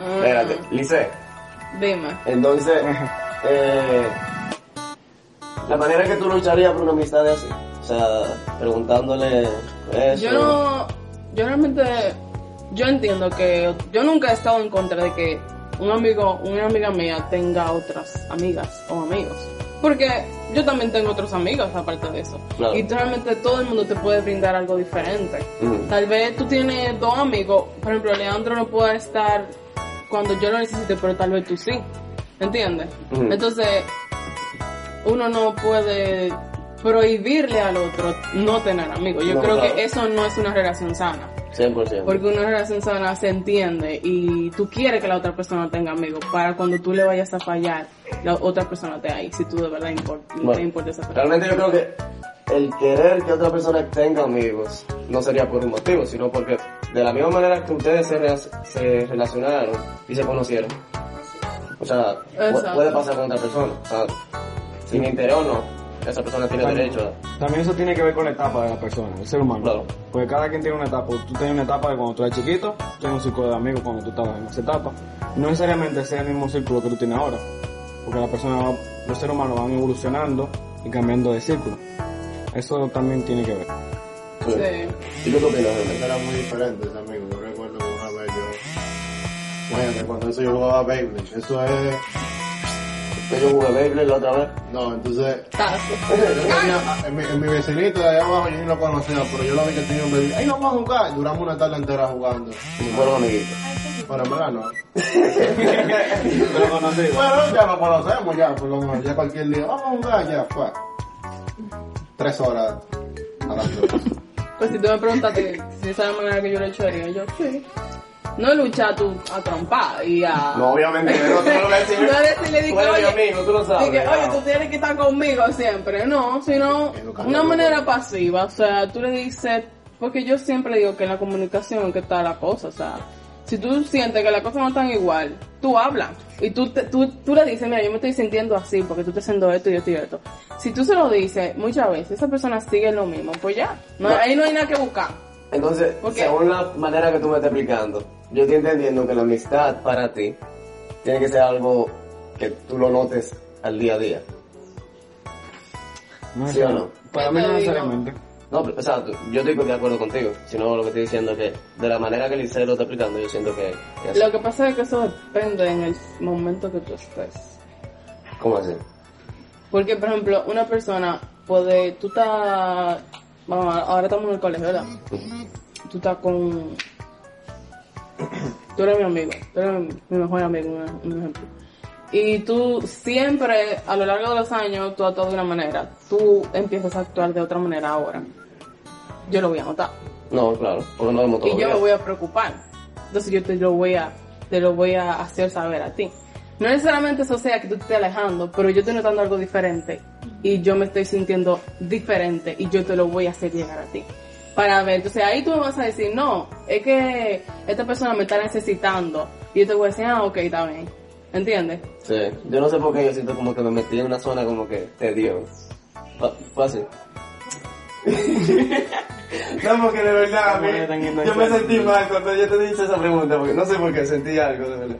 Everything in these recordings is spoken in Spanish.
Espérate, Lice, Mm, Dime. entonces, eh, la manera que tú lucharías por una amistad es así. O sea, preguntándole eso. Yo no. Yo realmente. Yo entiendo que. Yo nunca he estado en contra de que un amigo, una amiga mía tenga otras amigas o amigos. Porque yo también tengo otros amigos aparte de eso. Claro. Y tú realmente todo el mundo te puede brindar algo diferente. Ujú. Tal vez tú tienes dos amigos. Por ejemplo, Leandro no pueda estar cuando yo lo necesite, pero tal vez tú sí. ¿Entiendes? Ujú. Entonces, uno no puede prohibirle al otro no tener amigos. Yo No, creo claro. que eso no es una relación sana. 100%. Porque una relación sana se entiende y tú quieres que la otra persona tenga amigos para cuando tú le vayas a fallar, la otra persona esté ahí, si tú de verdad import- te Bueno, importa esa persona. realmente yo creo que el querer que otra persona tenga amigos no sería por un motivo, sino porque de la misma manera que ustedes se, re- se relacionaron y se conocieron, o sea, pu- Exacto. puede pasar con otra persona. O sea, sin interés o no, esa persona tiene derecho a... También eso tiene que ver con la etapa de la persona, el ser humano. Claro. Porque cada quien tiene una etapa. Tú tienes una etapa de cuando tú eras chiquito, tú tienes un círculo de amigos cuando tú estabas en esa etapa. No necesariamente sea el mismo círculo que tú tienes ahora. Porque la persona va- los seres humanos van evolucionando y cambiando de círculo. Eso también tiene que ver. Sí. ¿Y tú qué opinas, Henry? Era muy diferente ese amigo. Yo recuerdo que una vez yo. Bueno, cuando eso yo jugaba Beyblade. Eso es. Que yo jugué Beyblade la otra vez. No, entonces. Tazo. Yo tenía- en, mi, en mi vecinito de allá abajo yo ni lo conocía, pero yo lo vi que tenía un Beyblade. ¡Ay, no vamos a jugar! Duramos una tarde entera jugando. Y fueron amiguitos. Pero en verdad no. Pero conocido. Bueno, ya lo conocemos, ya, por lo menos, ya cualquier día, vamos a jugar, ya, fue. Tres horas hablando. Pues si tú me preguntaste si esa es la manera que yo lo echaría, yo sí. No luchar tú a trompar y a... No, obviamente que no, tú no lo ves así. No decirle, dije, Tú eres mi oye, amigo, tú lo sabes, dije, oye, claro. tú tienes que estar conmigo siempre. No, sino Educando una al manera pasiva. O sea, tú le dices, porque yo siempre digo que en la comunicación que está la cosa, o sea, si tú sientes que las cosas no están igual, tú hablas. Y tú, te- tú, tú le dices, mira, yo me estoy sintiendo así porque tú estás haciendo esto y yo estoy esto. Si tú se lo dices muchas veces, esa persona sigue lo mismo, pues ya. No, Bueno. ahí no hay nada que buscar. Entonces, ¿Por qué? según la manera que tú me estás explicando, yo estoy entendiendo que la amistad para ti tiene que ser algo que tú lo notes al día a día. ¿Sí o no? Para mí Yo no te digo. necesariamente. No, pero, o sea, tú- yo estoy de acuerdo contigo, sino lo que estoy diciendo es que de la manera que Liceo lo está explicando, yo siento que... que así. Lo que pasa es que eso depende en el momento que tú estés. ¿Cómo así? Porque, por ejemplo, una persona puede, tú estás, vamos, ahora estamos en el colegio, ¿verdad? Tú estás con, tú eres mi amigo, tú eres mi- mi mejor amigo, un- un ejemplo. Y tú siempre, a lo largo de los años, tú actúas de una manera, tú empiezas a actuar de otra manera ahora. Yo lo voy a notar No, claro, porque no vemos todo y yo me voy a preocupar. Entonces yo te lo voy a, te lo voy a hacer saber a ti. No necesariamente eso sea que tú te estés alejando, pero yo estoy notando algo diferente y yo me estoy sintiendo diferente y yo te lo voy a hacer llegar a ti. Para ver, entonces ahí tú me vas a decir, no, es que esta persona me está necesitando. Y yo te voy a decir, ah, ok, está bien. ¿Entiendes? Sí, yo no sé por qué yo siento como que me metí en una zona como que te dio. Fa- Fácil. no, porque de verdad, a mí- Bueno, tan yo me inocente. sentí mal cuando yo te hice esa pregunta, porque no sé por qué sentí algo, de verdad.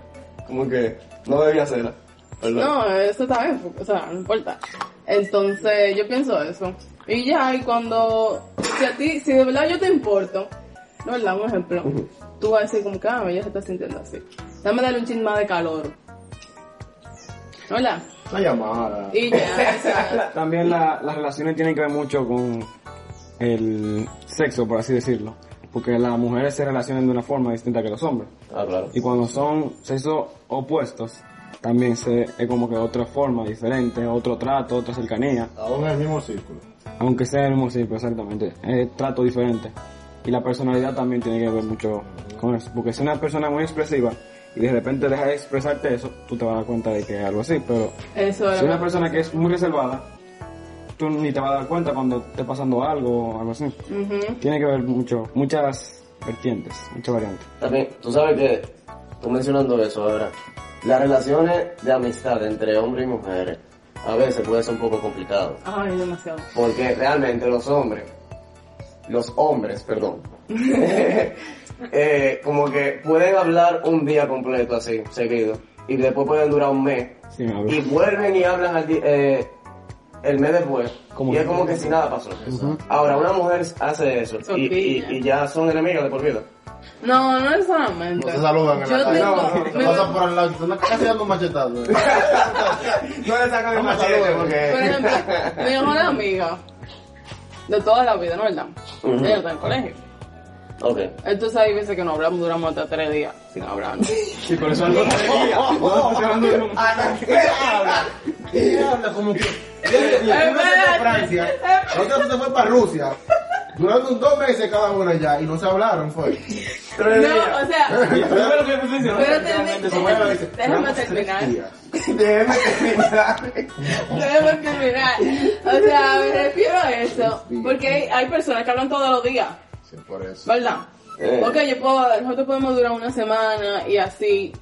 Como que no debía hacerla. Perdón. No, eso está bien, o sea, no importa. Entonces, yo pienso eso. Y ya, y cuando, si a ti, si de verdad yo te importo, ¿no verdad? Un ejemplo, tú vas a decir como que, ah, ella se está sintiendo así. Dame darle un chin más de calor. Hola. Una llamada. Y ya, o sea, También la- las relaciones tienen que ver mucho con el sexo, por así decirlo. Porque las mujeres se relacionan de una forma distinta que los hombres. Ah, claro. Y cuando son sexos opuestos, también se, es como que otra forma diferente, otro trato, otra cercanía. Aún en el mismo círculo. Aunque sea el mismo sitio, exactamente. Es pues, trato diferente. Y la personalidad también tiene que ver mucho con eso. Porque si una persona muy expresiva y de repente deja de expresarte eso, tú te vas a dar cuenta de que es algo así. Pero Eso si una era. persona que es muy reservada, tú ni te vas a dar cuenta cuando esté pasando algo o algo así. Ujú. Tiene que ver mucho, muchas vertientes, muchas variantes. También, tú sabes que, tú mencionando eso ahora, las relaciones de amistad entre hombres y mujeres a veces puede ser un poco complicado. Ay, demasiado. Porque realmente los hombres, los hombres, perdón, eh, como que pueden hablar un día completo así, seguido, y después pueden durar un mes, Sí, me hablo. y vuelven y hablan al di- eh, el mes después, Como y es que- como que si nada pasó. Ahora, una mujer hace eso, y, y- Ok. y ya son enemigas de por vida. No, no necesariamente. No se saludan en Yo la calle. tengo- No, te me- pasan por al lado, te andas casi dando machetazos. No le sacan el Vamos a machete saludos. porque... Por ejemplo, mi mejor amiga de toda la vida, ¿no verdad? Ujú. Ella está en el colegio. Ok. Entonces hay veces que no hablamos, duramos hasta tres días sin hablar. Sí, por eso algo Oh, ah, Y habla como que. Una se fue a Francia, la otra se fue para Rusia. Duraron dos meses cada una ya y no se hablaron, fue. No, o sea, Primero que yo estoy diciendo, pero realmente son Bueno, termi- dice, déjame "Duramos tres terminar. días". Déjeme terminar. Déjame terminar. O sea, me refiero a eso. Porque hay, hay personas que hablan todos los días, Sí, por eso. ¿verdad? Eh. Porque yo puedo, nosotros podemos durar una semana y así.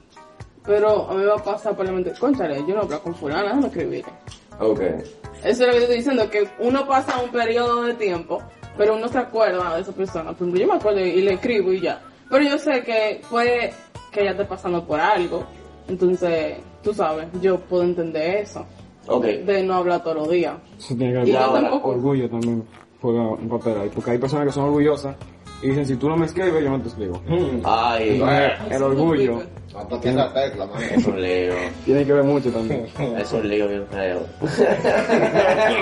Pero a mí me va a pasar por la mente, conchale, yo no hablo con fulana, déjame escribirle. Ok. Eso es lo que yo estoy diciendo, que uno pasa un periodo de tiempo, pero uno se acuerda de esa persona. Por ejemplo, yo me acuerdo y le escribo y ya. Pero yo sé que puede que ella esté pasando por algo. Entonces, tú sabes, yo puedo entender eso. Ok. De no hablar todos los días. Eso tiene que Y ver yo ahora, tampoco. orgullo también juega un papel ahí, porque hay personas que son orgullosas y dicen, si tú no me escribes, yo no te escribo. Eh, Ay, El orgullo Mm. Hasta que la tecla, man. es un lío. tiene que ver mucho también. Es un lío bien feo.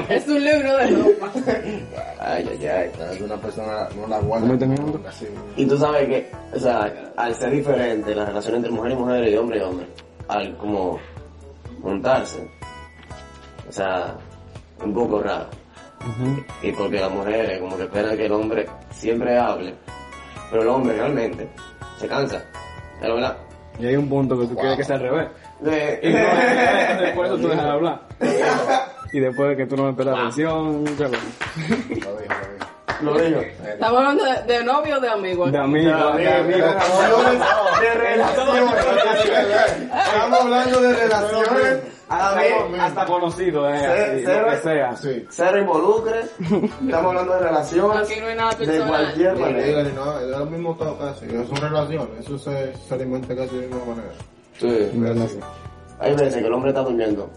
Es un libro de ropa. Ay, ay, ay. Es una persona, no la aguanta. ¿Cómo terminando? Así. Y tú sabes que, o sea, al ser diferente la relación entre mujer y mujer y hombre y hombre, al como montarse, o sea, un poco raro. Ujú. Y porque las mujeres como que esperan que el hombre siempre hable, pero el hombre realmente se cansa, es la verdad. Y hay un punto que tú quieres que sea al revés. Y no, después de eso tú dejas de hablar. Y después de que tú no me prestas atención, ya ves. Lo dijo, lo dijo. Lo digo. Estamos hablando de, de novio o de amigo. ¿eh? de amigo, de amigo. De relaciones. Estamos hablando de relaciones. Hasta, hasta conocido, eh, así, lo que sea. Sí. Cero involucre, estamos hablando de relaciones. Aquí no hay nada de personal. cualquier Y le manera. digo, no, es lo mismo todo casi. Es una relación. Eso se, se alimenta casi de la misma manera. Sí. Hay veces que el hombre está durmiendo.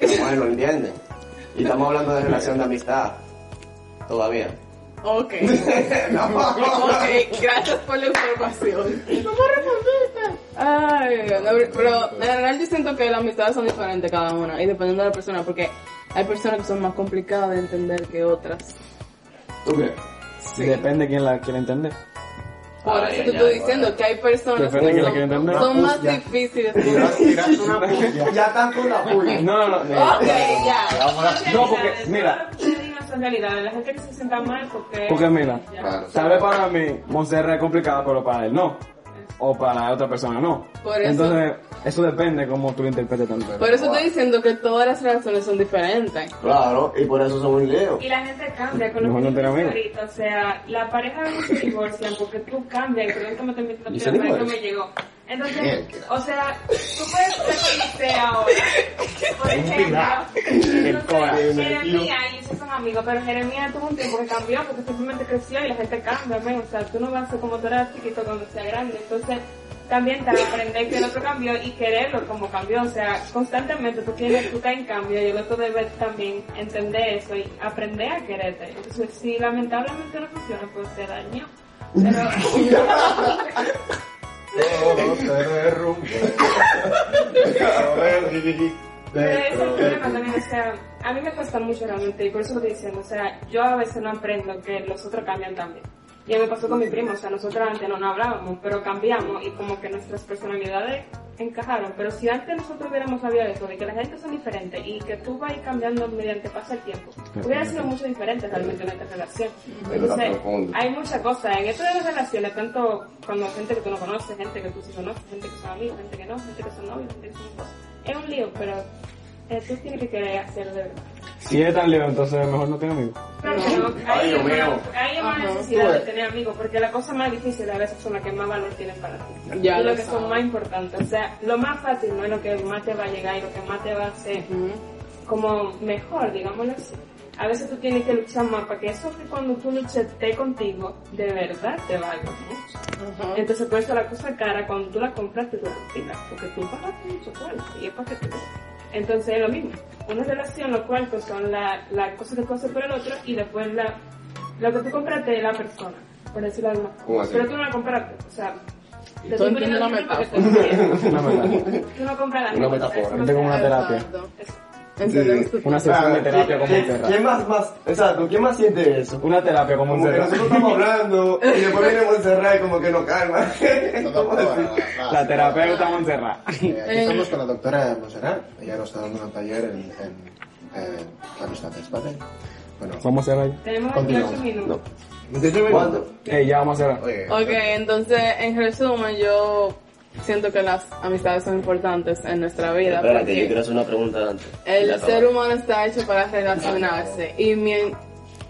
Y la mujer lo entiende. Y estamos hablando de relación de amistad. Todavía. Ok. No. Ok, gracias por la información. ¿Cómo pues. respondiste? Ay, no, pero de verdad yo siento que las amistades son diferentes cada una y dependiendo de la persona porque hay personas que son más complicadas de entender que otras. ¿Tú qué? Depende quién la quiere entender. Por Ay, eso te ay, estoy ay, diciendo ay. que hay personas Depende de que la son- quiera entender. son Una más puya. difíciles. Tiraste una puya. Ya estás con la puya. No, no, no. ok, ya. No, porque, mira. En realidad, la gente que se sienta mal porque... Porque mira, Claro. tal vez para mí Montserrat es complicada, pero para él no. O para otra persona no. Por eso- Entonces, eso depende cómo tú lo interpretes también. Por eso estoy diciendo que todas las relaciones son diferentes. Claro, y por eso son un lío. Y la gente cambia con Mejor no los tener amigos. ahorita, o sea, la pareja no se divorcia porque tú cambias, y creo que me terminó Y se el marido divorcia. me llegó. Entonces, Mierda. o sea, tú puedes ser como sea ahora. Por pirata. ejemplo, El Cora. no sé, Jeremías y esos son amigos, pero Jeremías tuvo un tiempo que cambió porque simplemente creció y la gente cambia, men, o sea, tú no vas a ser como tú eras chiquito cuando sea grande, entonces también te aprender que el otro cambió y quererlo como cambió, o sea, constantemente tú tienes tú estás en cambio y el otro debe también entender eso y aprender a quererte. Entonces, si lamentablemente no funciona, pues te daño. Pero, Todo se derrumbe. pero ese es el problema también, o sea, a mí me cuesta mucho realmente y por eso lo estoy diciendo, o sea, yo a veces no aprendo que los otros cambian también. Y me pasó con mi primo, o sea, nosotros antes no, no hablábamos, pero cambiamos y como que nuestras personalidades encajaron, pero si antes nosotros hubiéramos sabido eso, de que las gente son diferentes y que tú vas a ir cambiando mediante paso el tiempo, hubiera sido mucho diferente realmente nuestra relación. Entonces, hay muchas cosas. En esto de las relaciones, tanto cuando gente que tú no conoces, gente que tú sí conoces, gente que son amigos, gente que no, gente que son novios, gente que son esposos. Es un lío, pero eh, tú tienes que querer hacerlo de verdad. Si es tan leo, entonces mejor no tengo amigos. Claro que no. Hay una- hay una necesidad de tener amigos, porque las cosas más difíciles a veces son las que más valor tienen para ti. Ya y lo lo que son sabes. más importantes. O sea, lo más fácil no es lo que más te va a llegar y lo que más te va a hacer como mejor, digámoslo así. A veces tú tienes que luchar más para que eso que cuando tú luches esté contigo, de verdad te valga mucho. Entonces por eso la cosa cara, cuando tú la compras, te la tiras, porque tú pagaste mucho cuarto y es para que te dure. Entonces es lo mismo. Una relación, los cuartos son la, la cosa que tú haces por el otro y después la, lo que tú compraste de la persona, por decirlo de alguna ¿Cómo forma. así? Pero tú no la compraste, o sea... Te Tú estoy entiendes la poniendo el ejemplo metáfora. porque te conviene. Una metáfora. Tú no compras la Una cosa, metáfora. eso no Tengo te una da- terapia. Exacto. eso. Entendemos Sí. tu punto. Una sesión de terapia como un ¿Quién, quién terrapia. más, más, exacto, quién más siente eso? Una terapia como un Como que terrapia. nosotros estamos hablando y después viene Montserrat y como que nos calma. ¿Cómo decir? La terapeuta Montserrat. Aquí estamos con la doctora Monserrat. Ella nos está dando un taller en, en, eh, Amistad España. Bueno, Vamos a cerrar. Tenemos 28 continuamos. minutos. ¿Cuándo? Eh, ya vamos a cerrar. Oye, Ok, entonces, en resumen, yo siento que las amistades son importantes en nuestra vida. Espérate, porque yo quiero hacer una pregunta antes. El Ya ser acabamos. humano está hecho para relacionarse y, mien-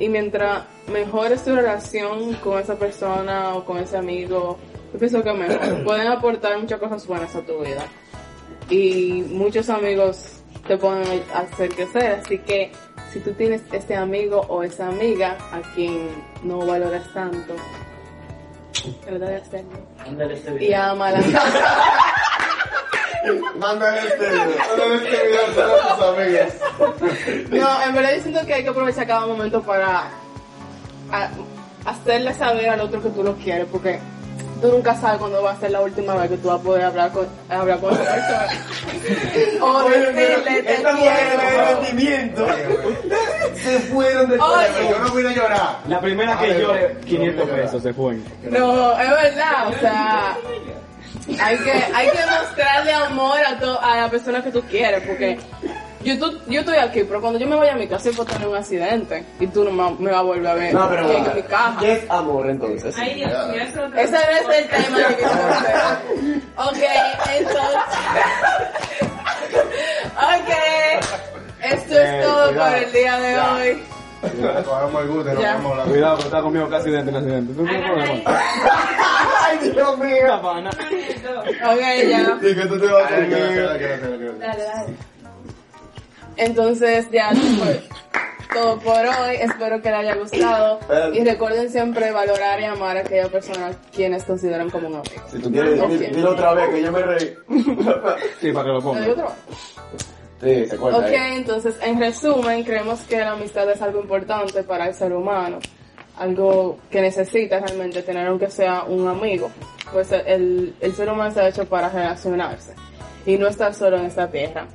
y mientras mejor es tu relación con esa persona o con ese amigo, yo pienso que mejor. Pueden aportar muchas cosas buenas a tu vida y muchos amigos te pueden hacer crecer, así que si tú tienes este amigo o esa amiga a quien no valoras tanto, trata de hacerlo Ándale este y video. ámala. Mándale este video. Mándale este video a todos tus amigos. No, en verdad yo siento que hay que aprovechar cada momento para a- hacerle saber al otro que tú lo quieres, porque tú nunca sabes cuándo va a ser la última vez que tú vas a poder hablar con, hablar con esa persona. o decirle, te Esta mujer de quiero. rendimiento. Se fueron de Oye. Yo no voy a llorar. La primera que A ver, llore, no, 500 no, no, pesos se fue. No, es verdad, o sea, hay que, hay que mostrarle amor a, to- a la persona que tú quieres, porque yo, tú- yo estoy aquí, pero cuando yo me vaya a mi casa, yo puedo tener un accidente y tú no me, me vas a volver a ver No, pero en mi caja. ¿Qué es amor entonces? Ay, Dios mío, eso es Ese otra no es el cosa. tema de que Ok, entonces. Ok, esto Eh, es todo cuidado. por el día de Ya. hoy. Acabamos el gusto y nos Ya. vamos a hablar. Cuidado, pero está conmigo casi dentro del accidente. ¿Tú tienes Hagan ahí problema? Ay, Dios mío. Una pana. dos. Ok, ya. Y que tú te vas a Ay, hacer. Dale, dale. Entonces, ya esto fue todo por hoy. Espero que les haya gustado. Eh. Y recuerden siempre valorar y amar a aquella persona quienes consideran como un amigo. Si tú quieres, Ok. di- dilo otra vez que yo me reí. Sí, para que lo ponga. ¿Hay otro? Sí, se acuerda. Ok, eh. entonces en resumen, creemos que la amistad es algo importante para el ser humano, algo que necesita realmente tener aunque sea un amigo, pues el, el ser humano está hecho para relacionarse y no estar solo en esta tierra.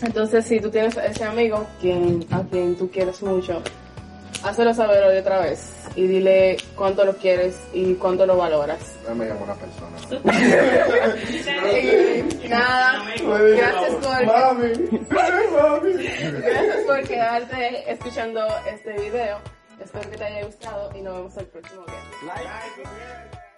Entonces si tú tienes ese amigo quien, a quien tú quieres mucho, hazlo saber hoy otra vez y dile cuánto lo quieres y cuánto lo valoras. Ya me llamó una persona. Y nada, gracias por... Mami. Mami. Gracias por quedarte escuchando este video. Espero que te haya gustado y nos vemos el próximo día. Ay, qué bien.